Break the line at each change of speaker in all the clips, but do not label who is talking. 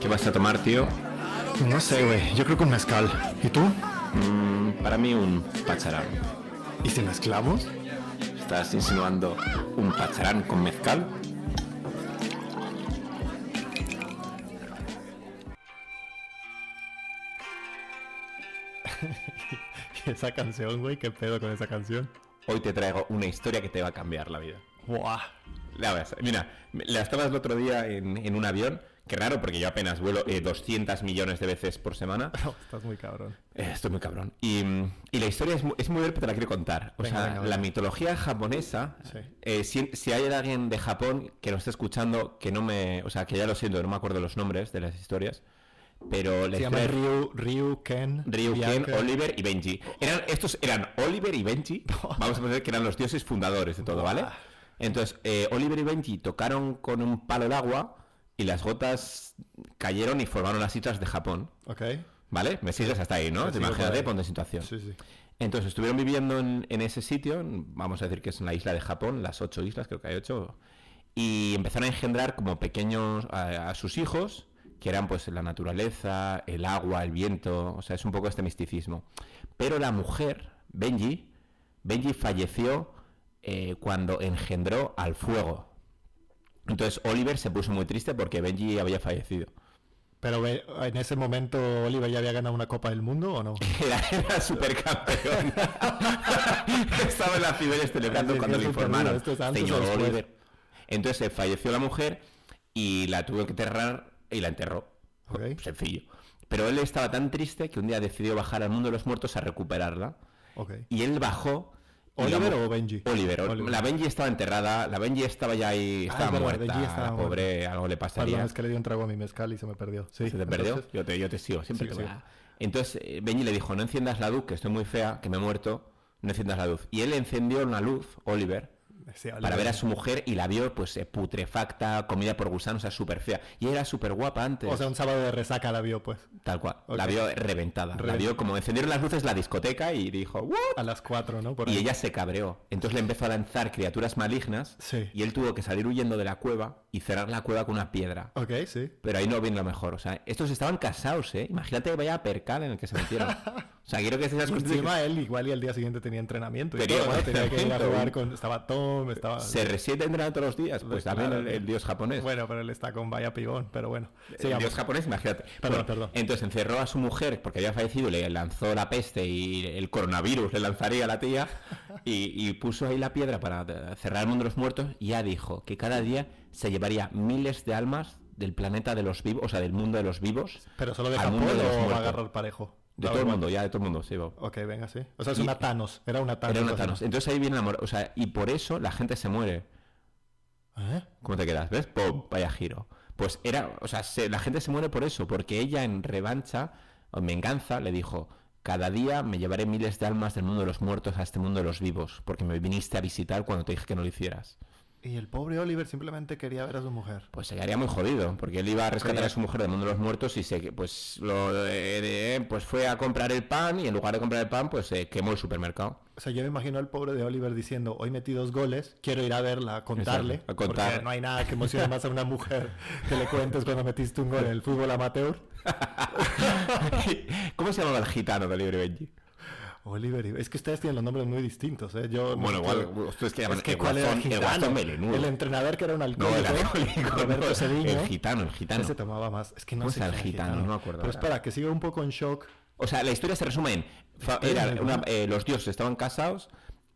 ¿Qué vas a tomar, tío?
Pues No sé, güey. Yo creo que un mezcal. ¿Y tú?
Mm, para mí un pacharán.
¿Y si mezclamos?
¿Estás insinuando un pacharán con mezcal?
esa canción, güey, qué pedo con esa canción.
Hoy te traigo una historia que te va a cambiar la vida.
Buah.
La ves, mira, la estabas el otro día en, en un avión. Qué raro, porque yo apenas vuelo eh, 200 millones de veces por semana.
estás muy cabrón.
Eh, estoy muy cabrón. Y, mm, y la historia es muy, es muy breve, pero la quiero contar. O
Venga,
sea,
venga,
la
venga.
mitología japonesa.
Sí.
eh, si, si hay alguien de Japón que nos esté escuchando, que no me. O sea, que ya lo siento, no me acuerdo los nombres de las historias. Pero la
Se llama
historia-
Ryu, Ryu, Ken.
Ryu, Ken,
Bianca.
Oliver y Benji. Eran, estos eran Oliver y Benji. Vamos a poner que eran los dioses fundadores de todo, ¿vale? Entonces, eh, Oliver y Benji tocaron con un palo el agua y las gotas cayeron y formaron las islas de Japón.
Ok.
¿Vale? Me sigues hasta ahí, ¿no?
Te
Te
sigo por
imagínate,
ahí.
ponte en situación.
Sí, sí.
Entonces, estuvieron viviendo en, en ese sitio, en- vamos a decir que es en la isla de Japón, las ocho islas, creo que hay ocho, y empezaron a engendrar como pequeños a, a sus hijos, que eran pues la naturaleza, el agua, el viento, o sea, es un poco este misticismo. Pero la mujer, Benji, Benji falleció eh, cuando engendró al fuego. Entonces Oliver se puso muy triste porque Benji había fallecido.
Pero ve- en ese momento Oliver ya había ganado una Copa del Mundo o no?
Era, era supercampeón. Estaba en las ciberes celebrando
Sí,
cuando
sí,
le
sí,
informaron.
esto es antes o
Señor
después.
Oliver. Entonces eh, falleció la mujer y la tuvo que enterrar y la enterró.
Ok.
Sencillo. Pero él estaba tan triste que un día decidió bajar al mundo de los muertos a recuperarla.
Ok.
Y él bajó. y la
¿Oliver
mu-
o Benji?
Oliver, Ol-
Oliver.
La Benji estaba enterrada, la Benji estaba ya ahí,
Ah,
estaba
es verdad,
muerta.
Benji estaba
la pobre, algo le pasaría.
Perdón, es que le di un trago a mi mezcal y se me perdió. Sí,
¿Se te perdió?
entonces-
Yo te, yo te sigo, siempre
Sí,
te
sí.
voy a- Entonces eh, Benji le dijo, no enciendas la luz, que estoy muy fea, que me he muerto, no enciendas la luz. Y él encendió una luz, Oliver,
Sí,
para
Oliver.
ver a su mujer y la vio pues eh, putrefacta, comida por gusanos, o sea, súper fea. Y era súper guapa antes,
O sea, un sábado de resaca la vio, pues.
tal cual. La
ok.
vio reventada. La
Reven-
vio como encendieron las luces la discoteca y dijo, "What?".
A las 4, ¿no? Por
Y
ahí.
ella se cabreó. Entonces le empezó a lanzar criaturas malignas
Sí.
y él tuvo que salir huyendo de la cueva y cerrar la cueva con una piedra.
Ok, sí.
Pero ahí no viene lo mejor. O sea, estos estaban casados, ¿eh? Imagínate que vaya percal en el que se metieron. O sea, quiero que seas consciente
Y
que
Pues encima él igual y al día siguiente tenía entrenamiento. Y
Tenía
todo, ¿no? tenía que ir a
entrenamiento.
jugar con... Estaba Tom, estaba...
se resiente entrenando todos los días. Pues también
eh, Claro. eh,
el, el dios japonés.
Bueno, pero él está con vaya pibón, pero bueno.
el
Sigamos.
Eh, dios japonés, imagínate.
Perdón, perdón.
Entonces encerró a su mujer porque había fallecido, le lanzó la peste y el coronavirus le lanzaría a la tía y, y puso ahí la piedra para eh, cerrar el mundo de los muertos y ya dijo que cada día se llevaría miles de almas del planeta de los vivos, o sea, del mundo de los vivos.
Pero solo de
al
Japón
mundo de los
o va a
muertos.
agarrar parejo.
De
Va a
todo el
haber-
mundo, ya de todo el mundo, sí, va.
Ok, venga, sí. O sea, es
Y-
una Thanos. Era una Thanos.
Era una
así.
Thanos. Entonces ahí viene la moral. O sea, y por eso la gente se muere.
¿Eh?
¿Cómo te quedas? ¿Ves? ¡Pum! Vaya giro. Pues era. O sea, se- la gente se muere por eso. Porque ella en revancha, o en venganza, le dijo: Cada día me llevaré miles de almas del mundo de los muertos a este mundo de los vivos. Porque me viniste a visitar cuando te dije que no lo hicieras.
Y el pobre Oliver simplemente quería ver a su mujer.
Pues se quedaría muy jodido, porque él iba a rescatar
Quería-
a su mujer del mundo de los muertos y se que- pues lo eh, eh, pues fue a comprar el pan y en lugar de comprar el pan, pues se quemó el supermercado.
O sea, yo me imagino al pobre de Oliver diciendo, hoy metí dos goles, quiero ir a verla, a contarle.
Exacto, a contar.
Porque no hay nada que emocione más a una mujer que le cuentes cuando metiste un gol en el fútbol amateur.
¿Cómo se llamaba el gitano de Libre Benji?
Oliver, y- es que ustedes tienen los nombres muy distintos, ¿eh? Yo,
Bueno,
yo-
igual, ustedes que llaman
Es que
el
¿cuál era el
guasón- el
gitano?
guasón melenudo.
El entrenador que era un
No,
alcohólico.
el alcohólico,
Roberto
no,
Cediño.
El gitano, el
Ese
gitano.
tomaba más. Es que no
¿Cómo
sé.
será
qué
el
era
gitano? No me acuerdo ahora.
Pero espera, que siga un poco en shock.
O sea, la historia se resume en... fa- era
Espera,
una-
¿cómo?
eh, los dioses estaban casados,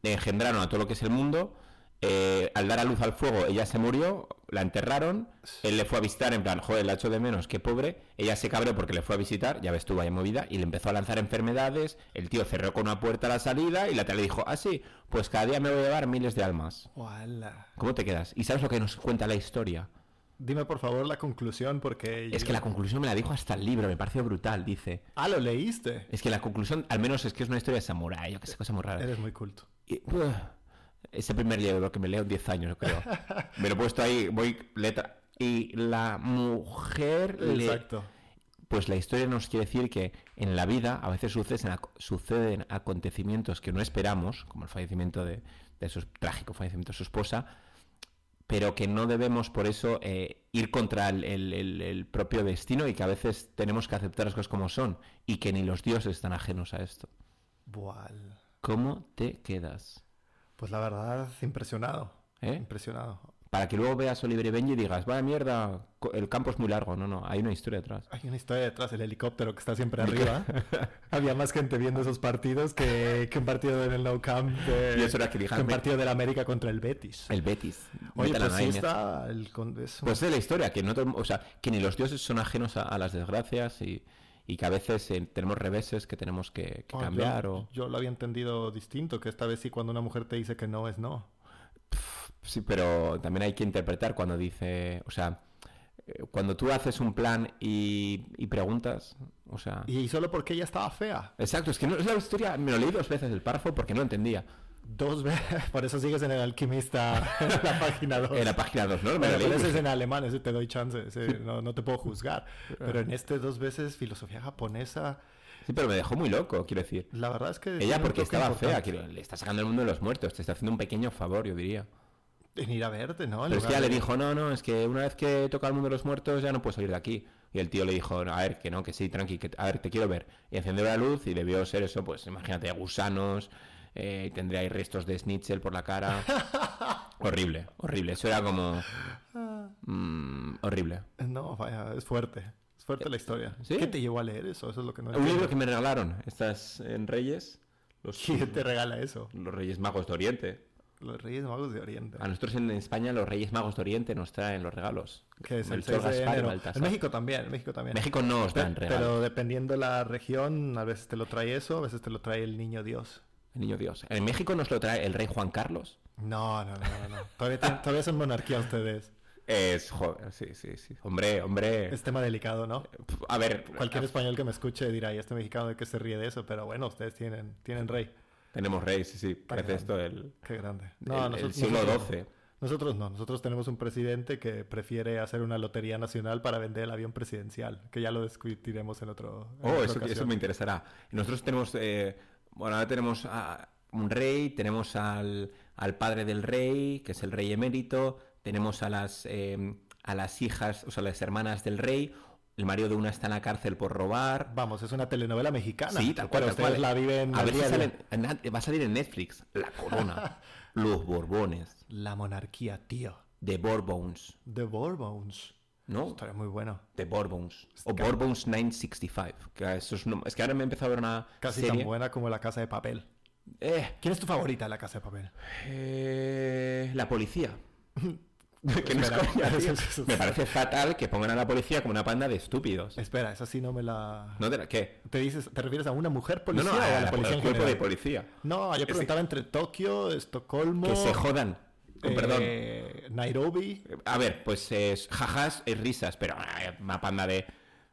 engendraron a todo lo que es el mundo, eh, al dar a luz al fuego ella se murió, la enterraron, él le fue a visitar en plan, joder, la echo de menos, qué pobre, ella se cabreó porque le fue a visitar, ya ves tú, vaya movida, y le empezó a lanzar enfermedades, el tío cerró con una puerta a la salida y la tía le dijo, ah, sí, pues cada día me voy a llevar miles de almas.
Ojalá.
¿Cómo te quedas? ¿Y sabes lo que nos cuenta la historia?
Dime por favor la conclusión porque...
Es
yo-
que la conclusión me la dijo hasta el libro, me pareció brutal, dice.
Ah, lo leíste.
Es que la conclusión, al menos es que es una historia de samurái, yo que sé, cosa muy rara.
Eres muy culto.
Y, uf, ese primer libro que me leo en 10 años, creo. Me lo he puesto ahí, voy letra. Y la mujer le-
Exacto.
Pues la historia nos quiere decir que en la vida a veces suceden, ac- suceden acontecimientos que no esperamos, como el fallecimiento de, de su trágico fallecimiento de su esposa, pero que no debemos por eso eh, ir contra el, el- el- el propio destino y que a veces tenemos que aceptar las cosas como son y que ni los dioses están ajenos a esto.
Bual.
¿Cómo te quedas?
Pues la verdad, impresionado.
¿Eh?
Impresionado.
Para que luego veas Oliver y Benji y digas, vaya mierda, co- el campo es muy largo. No, no, hay una historia detrás.
Hay una historia detrás del helicóptero que está siempre arriba. Había más gente viendo esos partidos que, que un partido en el No Camp. de-
Y eso era que dijeran,
un
"Ve".
partido del América contra el Betis.
El Betis.
Oye,
Metan a
pues sí
Naimes.
está el con- es un-
Pues es la historia, que no todo- o sea, que ni los dioses son ajenos a, a las desgracias y, y que a veces eh, tenemos reveses que tenemos que, que
Oh, yo-
cambiar o...
Yo lo había entendido distinto, que esta vez sí cuando una mujer te dice que no es no.
Sí, pero también hay que interpretar cuando dice, o sea, eh, cuando tú haces un plan y, y preguntas, o sea...
Y solo porque ella estaba fea.
Exacto, es que no, es la historia, me lo leí dos veces el párrafo porque no lo entendía.
Dos veces. Por eso sigues en el alquimista, en la página 2.
En la página 2, ¿no? Me lo
Bueno,
leí.
pero ese es en alemán, ese te doy chance, ese no, no te puedo juzgar.
Ah.
Pero en este dos veces filosofía japonesa,
Sí, pero me dejó muy loco, quiero decir.
la verdad es que... tiene
Ella
un
porque
toque
estaba fea,
importante.
quiero- le está sacando el mundo de los muertos, te está haciendo un pequeño favor, yo diría.
En ir a verte, ¿no? En
Pero es que
lugar
ella le
de-
dijo, no, no, es que una vez que toca el mundo de los muertos ya no puedo salir de aquí. Y el tío le dijo, no, a ver, que no, que sí, tranqui, que, a ver, te quiero ver. Y encendió la luz y debió ser eso, pues imagínate, gusanos, eh, tendría ahí restos de Schnitzel por la cara. horrible, horrible. Eso era como... mm, horrible.
No, vaya, es fuerte. Es fuerte la historia.
Eh, ¿Sí?
¿Qué te llevó a leer eso? Eso es lo que no
Un libro
entiendo.
que me regalaron, estas en Reyes, los,
¿Quién te regala eso?
los Reyes Magos de Oriente.
Los Reyes Magos de Oriente.
A nosotros en España los Reyes Magos de Oriente nos traen los regalos.
Que es el
Melchor,
6 de
Gaspar y
enero.
Baltasar.
En México también, en México también.
México no os
Pe-
dan regalos.
Pero dependiendo la región, a veces te lo trae eso, a veces te lo trae el niño Dios.
El niño Dios. En México nos lo trae el rey Juan Carlos.
No, no, no, no. no. Todavía, tienen- todavía son monarquía ustedes.
Es joder, sí, sí, sí. Hombre, hombre.
Es tema delicado, ¿no?
Pf, A ver, ah,
Cualquier español que me escuche dirá, ¿y este mexicano de qué se ríe de eso? Pero bueno, ustedes tienen, tienen rey.
tenemos rey, sí, sí. Parece
Para-
esto el,
Qué grande.
el- el
nosotros-
siglo
nosotros-
XII.
Nosotros no, nosotros tenemos un presidente que prefiere hacer una lotería nacional para vender el avión presidencial, que ya lo discutiremos en otro. en
Oh,
otra
eso, eso
ocasión.
me interesará. Nosotros tenemos, eh, bueno, ahora tenemos a un rey, tenemos al, al padre del rey, que es el rey emérito, tenemos a las, eh, a las hijas, o sea, las hermanas del rey, el marido de una está en la cárcel por robar,
Vamos, es una telenovela mexicana.
Sí, tal cual.
Pero
tal cual.
ustedes la viven.
A
al
ver si
día a día.
sale- na- va a salir en Netflix. La corona. Los Borbones.
La monarquía, tío.
The Borbones.
The Bourbons.
¿No?
Estaría muy bueno.
The Borbones. O Borbones 965. Que eso es, nom- es que ahora me he empezado a ver una
Casi
serie.
tan buena como La Casa de Papel.
Eh,
¿Quién es tu favorita de La Casa de Papel?
eh, la policía. Que no es
Espera,
coña,
eso-
tío.
eso- eso-
Me parece fatal que pongan a la policía como una panda de estúpidos.
Espera, esa sí no me la.
¿No te la- ¿Qué?
¿Te, dices, ¿Te refieres a una mujer
No,
policía
no,
o a
a
la policía
al
en
cuerpo de
general?
policía.
No, yo preguntaba entre Tokio, Estocolmo.
Que se jodan. Con Oh, Perdón.
eh, Nairobi.
A ver, pues es jajas es risas, pero ah, una panda de.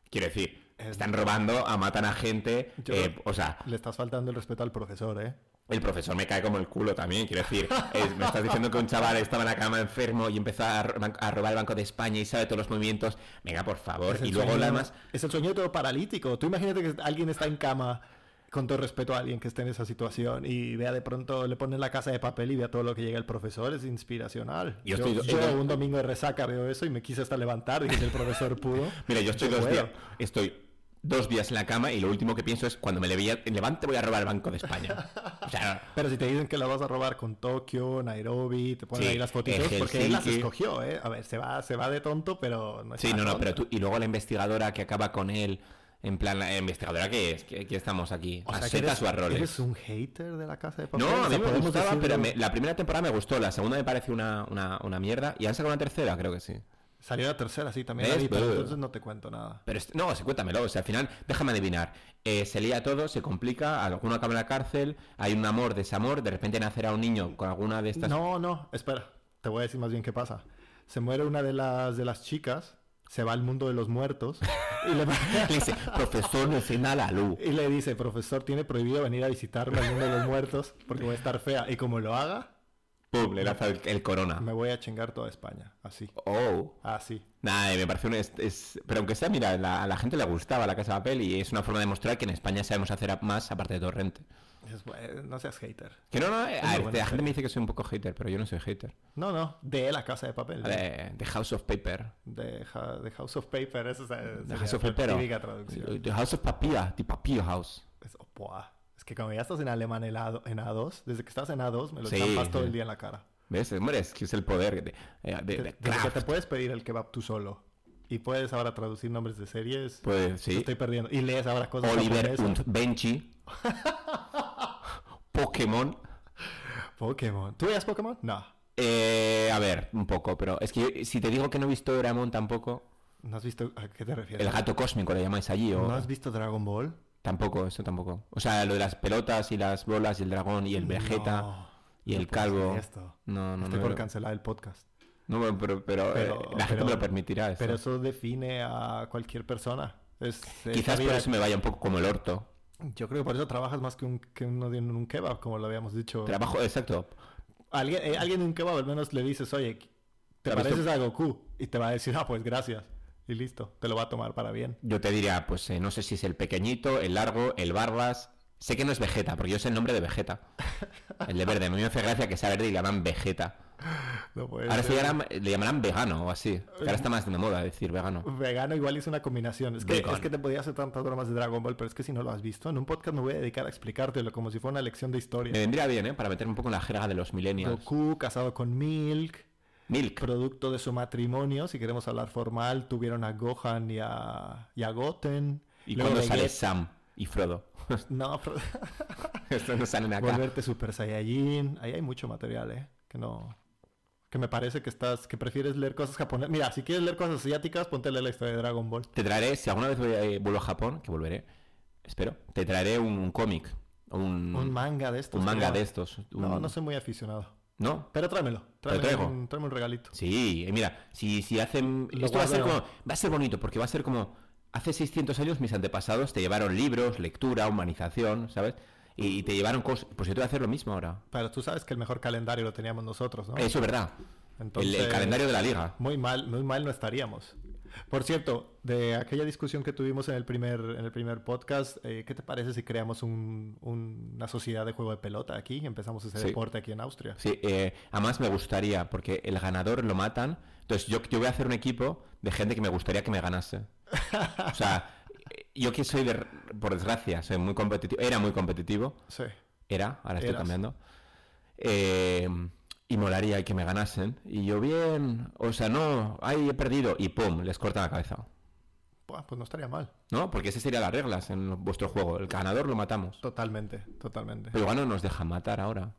Quiero decir, están robando, a matan a gente.
Yo-
eh, o sea,
Le estás faltando el respeto al profesor, ¿eh?
el profesor me cae como el culo también. Quiero decir, es- me estás diciendo que un chaval estaba en la cama enfermo y empezó a, ro- a robar el Banco de España y sabe todos los movimientos. Venga, por favor.
Es el
Y luego
sueño-
nada más.
Es el sueño de todo paralítico. Tú imagínate que alguien está en cama, con todo respeto a alguien que esté en esa situación, y vea de pronto, le ponen la casa de papel y vea todo lo que llega el profesor. Es inspiracional.
Yo
Yo,
estoy-
yo
eh,
un domingo de resaca veo eso y me quise hasta levantar, dije, si el profesor pudo.
Mira, yo estoy
Yo
dos
puedo.
días. Estoy dos días en la cama y lo último que pienso es cuando me leve- levante voy a robar el Banco de España. O sea,
Pero si te dicen que la vas a robar con Tokio, Nairobi, te ponen
Sí,
ahí las fotitos,
en
porque él las
Helsinki.
escogió, ¿eh? A ver, se va, se va de tonto, pero no es
Sí,
tan
no, no,
tonto.
pero tú. Y luego la investigadora que acaba con él. En plan, la investigadora que es, que, que estamos aquí.
O
¿A
sea, que
setas
eres,
o a roles?
eres un hater de la casa de papel.
No,
O
a
sea,
mí me
podemos
gustaba,
decirlo-
pero me- la primera temporada me gustó, la segunda me pareció una, una, una mierda y han sacado una tercera, creo que sí.
Salió la tercera, sí, también. la
¿Ves?
vi, pero
Buh.
entonces no te cuento nada.
Pero es- no, sí, cuéntamelo, o sea, al final, déjame adivinar. Eh, se lía todo, se complica, alguno acaba en la cárcel, hay un amor, desamor, de repente nacerá un niño con alguna de estas...
No, no, espera. Te voy a decir más bien qué pasa. Se muere una de las, de las chicas, se va al mundo de los muertos y le,
Le dice, profesor, no encienda la luz.
y le dice, profesor, tiene prohibido venir a visitarme al mundo de los muertos porque voy a estar fea. Y como lo haga,
Pum, le lanza el, el corona.
me voy a chingar toda España. Así,
Oh.
así.
Nada, eh, me parece un... Es, es- Pero aunque sea, mira, la- a la gente le gustaba la Casa de Papel y es una forma de mostrar que en España sabemos hacer a- más aparte de Torrente.
Es bueno, no seas hater.
Que no, no, eh, a ver,
buena
la gente me dice que soy un poco hater, pero yo no soy hater.
No, no, de la casa de papel. De,
De, de House of Paper.
de Ha- de House of Paper. Esa es la
De House of Paper.
típica traducción.
De House of Papilla, de Papilla House.
Es, oh, buah. es que cuando ya estás en alemán en A2, en A2, desde que estás en A2, me lo
Sí,
champas todo
sí.
el día en la cara.
¿Ves? Hombre, es que es el poder que te- eh, de, de
Te- desde que te
Kraft.
puedes pedir el kebab tú solo. Y puedes ahora traducir nombres de series.
Pues
Lo
sí.
estoy perdiendo. Y lees ahora cosas
Oliver
japonesas.
und Benji. Pokémon.
Pokémon. ¿Tú veías Pokémon? No.
Eh, a ver, un poco, pero es que yo- si te digo que no he visto Doraemon tampoco,
¿No has visto a qué te refieres?
el gato cósmico le llamáis allí, o
¿No has visto Dragon Ball?
tampoco, eso tampoco. O sea, lo de las pelotas y las bolas y el dragón y el Vegeta
No,
y
no
el
puedes
calvo.
hacer esto.
No, no,
Estoy
no.
por
pero-
cancelar el podcast.
no, bueno, pero, pero,
Pero-
eh, la gente
pero-
me lo permitirá. eso.
Pero eso define a cualquier persona. Es, es la
Quizás por
vida.
eso me vaya un poco como el orto.
Yo creo que por eso trabajas más que, un, que uno en un kebab, como lo habíamos dicho.
Trabajo, exacto.
Alguien, eh, alguien en un kebab al menos le dices, oye,
¿Has
te
visto?
pareces a Goku. Y te va a decir, ah, pues gracias. Y listo, te lo va a tomar para bien.
Yo te diría, pues eh, no sé si es el pequeñito, el largo, el barbas. Sé que no es Vegeta, porque yo sé el nombre de Vegeta. El de verde. A mí me hace gracia que sea verde y le llaman Vegeta.
No puede
Ahora se
ser.
llaman- le llamarán vegano o así. Que ahora está más de moda decir vegano.
Vegano igual es una combinación. Es que,
Vegan.
es que te podía hacer tantas bromas de Dragon Ball, pero es que si no lo has visto, en un podcast me voy a dedicar a explicártelo como si fuera una lección de historia.
Me vendría bien, ¿eh? Para meterme un poco en la jerga de los millennials.
Goku casado con Milk,
Milk.
producto de su matrimonio, si queremos hablar formal, tuvieron a Gohan y a, y a Goten.
¿Y
Luego
cuando sale
Vegeta-
Sam y Frodo?
No, pero-
Esto no salen acá.
volverte Super Saiyajin. Ahí hay mucho material, ¿eh? Que no... Que me parece que estás... Que prefieres leer cosas japonesas. Mira, si quieres leer cosas asiáticas, ponte a leer la historia de Dragon Ball.
Te traeré, si alguna vez voy a- eh, vuelvo a Japón, que volveré, espero, te traeré un, un cómic. Un,
Un manga de estos.
Mm. un manga
¿no?
de estos. un-
No, no soy muy aficionado.
¿No?
Pero tráemelo.
Te lo
Tráeme,
traigo.
Un, tráeme un regalito.
Sí, eh, mira, si, si hacen...
Lo
esto va a, ser
guardo.
como- va a ser bonito, porque va a ser como... Hace 600 años mis antepasados te llevaron libros, lectura, humanización, ¿sabes? Y, y te llevaron cosas... Pues yo te voy a hacer lo mismo ahora.
Pero tú sabes que el mejor calendario lo teníamos nosotros, ¿no?
Eso es verdad. El- el,
Entonces-
calendario de la liga.
Muy mal, muy mal no estaríamos. Por cierto, de aquella discusión que tuvimos en el primer, en el primer podcast, eh, ¿qué te parece si creamos un- un- una sociedad de juego de pelota aquí y empezamos ese
Sí.
deporte aquí en Austria?
Sí, eh, además me gustaría, porque el ganador lo matan. Entonces yo, yo voy a hacer un equipo de gente que me gustaría que me ganase. O sea, eh, yo que soy, de, por desgracia, soy muy competitivo. Era muy competitivo.
Sí.
Era, ahora estoy
Eras.
cambiando. Eh, y molaría que me ganasen. Y yo bien, o sea, no, ay, he perdido. Y pum, les corta la cabeza.
Buah, pues no estaría mal.
¿No? Porque esas serían las reglas en vuestro juego. El ganador lo matamos.
Totalmente, totalmente.
Pero igual no nos dejan matar ahora.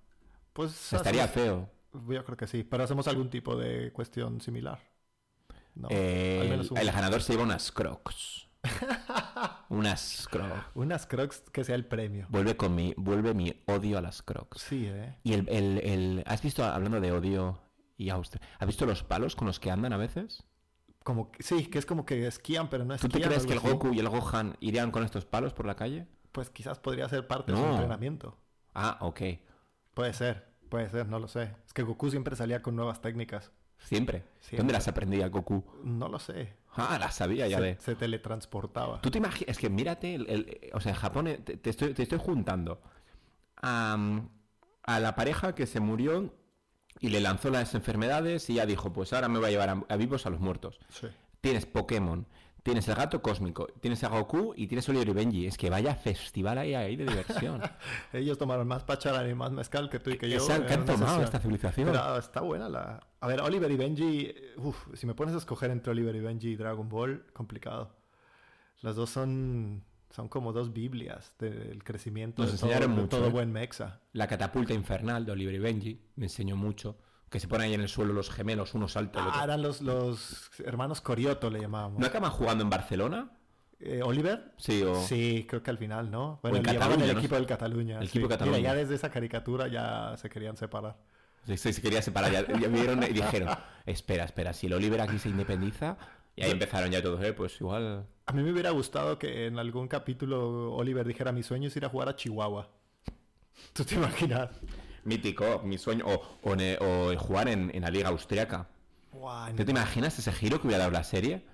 Pues
Estaría
hacemos-
feo.
Yo creo que sí, pero hacemos algún tipo de cuestión similar. No,
Eh,
al
el,
menos un-
el ganador se lleva unas crocs. unas crocs.
unas crocs que sea el premio.
Vuelve con mi, vuelve mi odio a las crocs.
Sí, ¿eh?
Y el, el, el- ¿has visto, hablando de odio y Austria, ¿has visto los palos con los que andan a veces?
Como que- sí, que es como que esquían, pero no
¿Tú
esquían.
te crees
algo
que el
así.
Goku y el Gohan irían con estos palos por la calle?
Pues quizás podría ser parte de
No.
su entrenamiento.
Ah, ok.
Puede ser, puede ser, no lo sé. Es que Goku siempre salía con nuevas técnicas.
Siempre.
Siempre.
¿Dónde las aprendía Goku?
No lo sé.
Ah, las sabía, ya
se,
ve.
se teletransportaba.
Tú te imaginas, es que mírate, el- el- o sea, en Japón eh, te, te estoy, te estoy juntando a, mm, a la pareja que se murió y le lanzó las enfermedades y ya dijo, pues ahora me va a llevar a, a vivos a los muertos.
Sí.
Tienes Pokémon, tienes el gato cósmico, tienes a Goku y tienes a Oliver y Benji. Es que vaya festival ahí, ahí de diversión.
Ellos tomaron más pacharán y más mezcal que tú y que yo.
Exacto, que
en
han
una
tomado
sesión.
esta civilización.
Pero está buena la... A ver, Oliver y Benji... eh, Uf, si me pones a escoger entre Oliver y Benji y Dragon Ball, complicado. Las dos son... Son como dos biblias del crecimiento
Nos
de todo,
enseñaron
de
mucho,
todo
¿eh?
buen mexa.
La catapulta infernal de Oliver y Benji me enseñó mucho. Que se ponen ahí en el suelo los gemelos, uno salta y el
Ah,
otro.
eran los, los hermanos Corioto, le llamábamos.
¿No acaban jugando en Barcelona?
Eh, Oliver,
Sí, o.
Sí, creo que al final, ¿no? Bueno,
en
le llevaban
Cataluña,
el
¿no?
equipo del Cataluña.
El
sí.
equipo Cataluña.
Mira, ya desde esa caricatura ya se querían separar.
Se, se- se quería separar. Ya, ya vieron y dijeron: Espera, espera, si el Oliver aquí se independiza. Y ahí empezaron ya todos, eh, pues igual.
A mí me hubiera gustado que en algún capítulo Oliver dijera, mi sueño es ir a jugar a Chihuahua. ¿Tú te imaginas?
Mítico, mi sueño. O, o ne- o jugar en, en la Liga Austriaca.
Guau,
¿Tú te imaginas ese giro que hubiera dado la serie?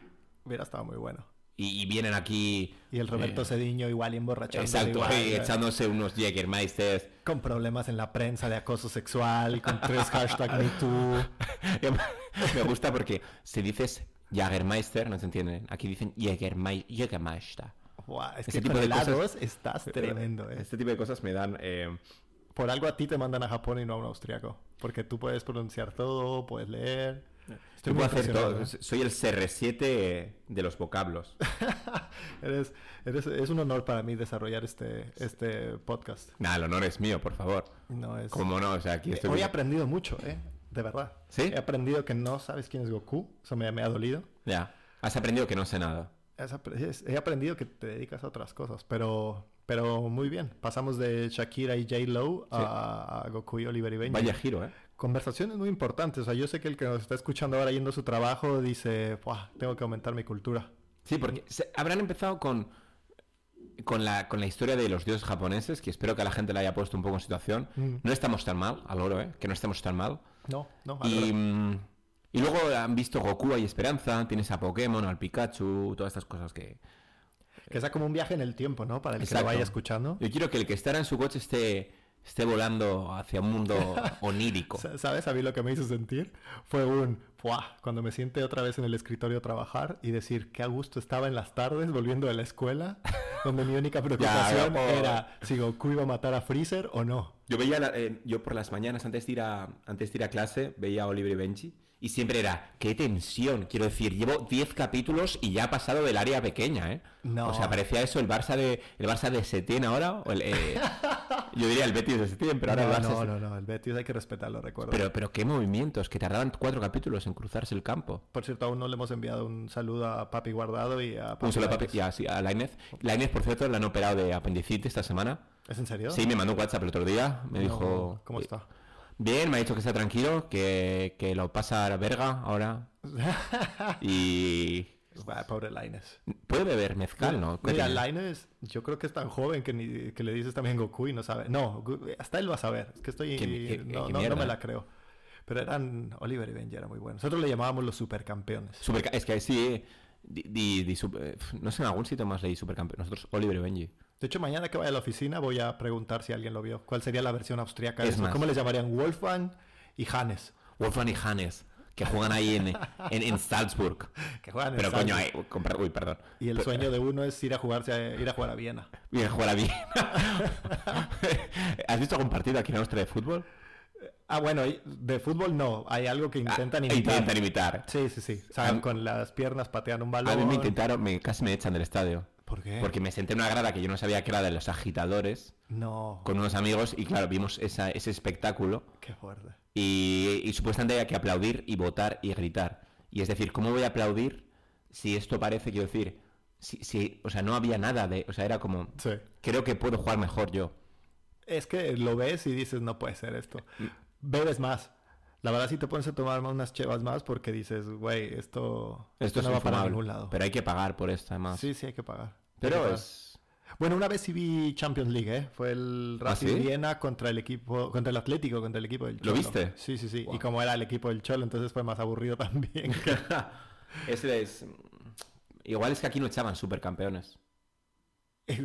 hubiera estado muy bueno.
Y, y vienen aquí.
Y el Roberto
eh,
Cediño igual y emborrachándose
Exacto,
igual,
ahí
güey.
echándose unos Jägermeisters.
Con problemas en la prensa de acoso sexual, con tres hashtag MeToo.
Me gusta porque si dices Jägermeister, no se entienden. Aquí dicen Jägermei- Jägermeister.
es
Ese
que
tipo
con
de cosas-
helados estás tremendo, ¿eh?
Este tipo de cosas me dan. eh,
Por algo a ti te mandan a Japón y no a un austriaco. Porque tú puedes pronunciar todo, puedes leer.
yo
Estoy muy
Eh, puedo hacer
impresionado,
todo.
¿eh?
Soy el CR7 de los vocablos.
Eres, eres- es un honor para mí desarrollar este, este podcast.
Nada, el honor es mío, por favor.
No es...
Como no, o sea, aquí
Eh,
estoy.
Hoy he aprendido mucho, ¿eh? De verdad.
¿Sí?
He aprendido que no sabes quién es Goku. Eso me, me ha dolido.
Ya. Has aprendido que no sé nada.
Has apre- es- He aprendido que te dedicas a otras cosas, pero, pero muy bien. Pasamos de Shakira y J. Lowe a, a Goku y Oliver y Benji.
Vaya giro, ¿eh?
Conversaciones muy importantes. O sea, yo sé que el que nos está escuchando ahora yendo a su trabajo dice, "Buah, tengo que aumentar mi cultura.
Sí, porque se- habrán empezado con, con, la, con la historia de los dioses japoneses, que espero que a la gente la haya puesto un poco en situación.
Mm.
No estamos tan mal, al oro, ¿eh? Que no estamos tan mal.
No, no. a
Y,
ver,
mm, y luego han visto Goku hay Esperanza, tienes a Pokémon, al Pikachu, todas estas cosas que...
Que sea como un viaje en el tiempo, ¿no? Para el que
Exacto.
lo vaya escuchando.
Yo quiero que el que estará en su coche esté, esté volando hacia un mundo onírico.
Sa- ¿Sabes? A mí lo que me hizo sentir fue un ¡buah! Cuando me siente otra vez en el escritorio a trabajar y decir qué a gusto estaba en las tardes volviendo de la escuela, donde mi única preocupación
Ya, ya,
era si Goku iba a matar a Freezer o no.
Yo veía, la- eh, yo por las mañanas antes de ir a, antes de ir a clase, veía a Oliver y Benji y siempre era, qué tensión, quiero decir, llevo 10 capítulos y ya ha pasado del área pequeña, ¿eh?
No.
O sea, parecía eso el Barça de, el Barça de Setién ahora, o el, eh, yo diría el Betis de Setién, pero ahora
no,
el Barça
no,
es-
no, no, el Betis hay que respetarlo, recuerdo.
Pero, pero qué movimientos, que tardaban cuatro capítulos en cruzarse el campo.
Por cierto, aún no le hemos enviado un saludo a Papi Guardado y a Papi
Un solo
Lainez.
papi- ya, sí, a la Inés. La Inés, por cierto, la han operado de apendicitis esta semana.
¿Es en serio?
Sí, me mandó un WhatsApp el otro día. Me
No,
dijo.
¿Cómo está?
Bien, me ha dicho que está tranquilo, que, que lo pasa a la verga ahora. Y.
Ah, pobre Laines.
Puede beber mezcal, ¿no? ¿Qué
Mira,
tiene?
Laines, yo creo que es tan joven que, ni- que le dices también Goku y no sabe. No, Gu- hasta él va a saber. Es que estoy.
Qué mi- qué-
no,
qué
no- no
mierda.
me la creo. Pero eran. Oliver y Benji era muy bueno. Nosotros le llamábamos los supercampeones.
Superca- es que sí. di- di- di sup- eh, no sé, en algún sitio más leí Supercampeón. Nosotros, Oliver y Benji.
De hecho, mañana que vaya a la oficina voy a preguntar si alguien lo vio. ¿Cuál sería la versión austriaca de
Es
eso?
más.
¿Cómo les llamarían? Wolfgang y Hannes.
Wolfgang y Hannes, que juegan ahí en, en, en Salzburg.
Que juegan en
Pero coño,
Salzburg.
ahí, uy, con per- uy, perdón.
Y el
Pe-
sueño de uno es ir a, jugarse a- ir a jugar a Viena.
Bien, jugar a bien. ¿Has visto algún partido aquí en Austria de fútbol?
Ah, bueno, y- de fútbol no. Hay algo que intentan
Ah,
imitar.
Intentan imitar.
Sí, sí, sí. O sea,
A mí-
con las piernas patean un balón.
A mí me intentaron, me, casi me echan del estadio.
¿Por qué?
Porque me senté en una grada que yo no sabía que era de los agitadores
No.
con unos amigos y claro, vimos esa- ese espectáculo
Qué fuerte.
y, y supuestamente había que aplaudir y votar y gritar. Y es decir, ¿cómo voy a aplaudir si esto parece, quiero decir, si, si- o sea, no había nada de, o sea, era como,
Sí.
creo que puedo jugar mejor yo.
Es que lo ves y dices, no puede ser esto.
Mm.
Bebes más. La verdad, sí te pones a tomar unas chevas más porque dices, güey, esto,
Esto
no
es
va para
infumable,
ningún lado.
Pero hay que pagar por esto además.
Sí, sí, hay que pagar. Hay que
pero
pagar.
es...
Bueno, una vez sí vi Champions League, ¿eh? Fue el
¿Ah,
Racing
sí?
Viena contra el equipo, contra el Atlético, contra el equipo del
¿Lo
Cholo.
viste?
Sí, sí, sí.
Guau.
Y como era el equipo del Cholo, entonces fue más aburrido también.
Ese es... Igual es que aquí no echaban supercampeones.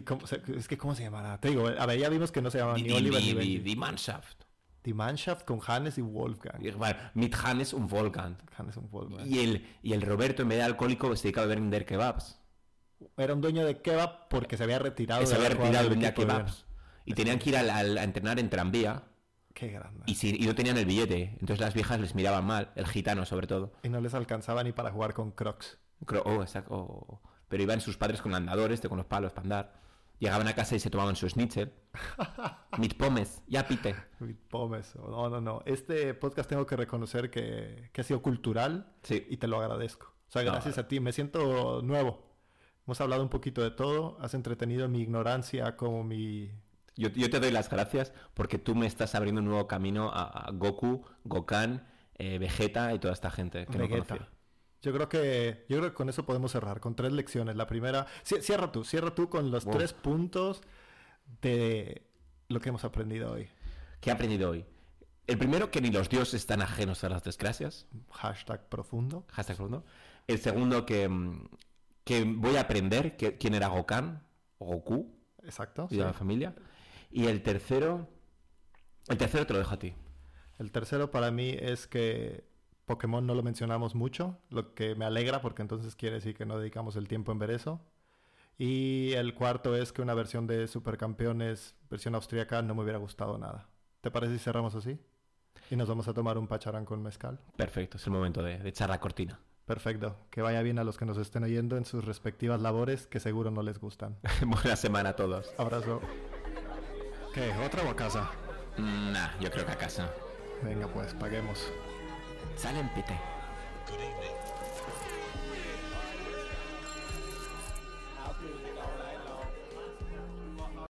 ¿Cómo se- es que, ¿cómo se llamará? Te digo, a ver, ya vimos que no se llamaba
Die,
ni
die,
Oliver ni
die, die,
Benji.
die Mannschaft.
Die Mannschaft con Hannes y Wolfgang.
Y, bueno, Mit Hannes und Volkan.
Hannes un Wolfgang.
Y el, y el Roberto, en vez de alcohólico, se dedicaba a vender kebabs.
Era un dueño de kebab porque se había retirado.
se había
haber jugado
retirado y
en el
vendía
equipo de
kebabs. Y tenían que ir al- al- a entrenar en tranvía.
Viena. Qué grande.
Y, si, y no tenían el billete. Entonces las viejas les miraban mal. El gitano, sobre todo.
Y no les alcanzaba ni para jugar con Crocs.
Creo- oh, exacto, oh, oh. Pero iban sus padres con andadores, de- con los palos para andar. Llegaban a casa y se tomaban su schnitzel. Mit Pommes, ya pite.
Mit Pomes. No, no, no. Este podcast tengo que reconocer que, que ha sido cultural
Sí.
y te lo agradezco. O sea,
No. eh.
gracias a ti. Me siento nuevo. Hemos hablado un poquito de todo. Has entretenido mi ignorancia como mi...
Yo, yo te doy las gracias porque tú me estás abriendo un nuevo camino a, a Goku, Gokan, eh, Vegeta y toda esta gente que no
Vegeta.
conocía.
yo creo que yo creo que con eso podemos cerrar, con tres lecciones. La primera, ci- cierra tú, cierra tú con los
Wow.
tres puntos de lo que hemos aprendido hoy.
¿Qué he aprendido hoy? El primero, que ni los dioses están ajenos a las desgracias.
Hashtag profundo.
Hashtag segundo. El segundo, que, mm, que voy a aprender que- quién era Gokan o Goku
Exacto.
y
sí.
de la familia. Y el tercero, el tercero te lo dejo a ti.
El tercero para mí es que Pokémon no lo mencionamos mucho, lo que me alegra porque entonces quiere decir que no dedicamos el tiempo en ver eso. Y el cuarto es que una versión de Supercampeones, versión austríaca, no me hubiera gustado nada. ¿Te parece si cerramos así? Y nos vamos a tomar un pacharán con mezcal.
Perfecto, es el momento de, de echar la cortina.
Perfecto. Que vaya bien a los que nos estén oyendo en sus respectivas labores, que seguro no les gustan.
Buena semana a todos.
Abrazo. ¿Qué? ¿Otra o a casa?
Mm, Nah, yo creo que a casa.
Venga pues, paguemos.
Salen, pite.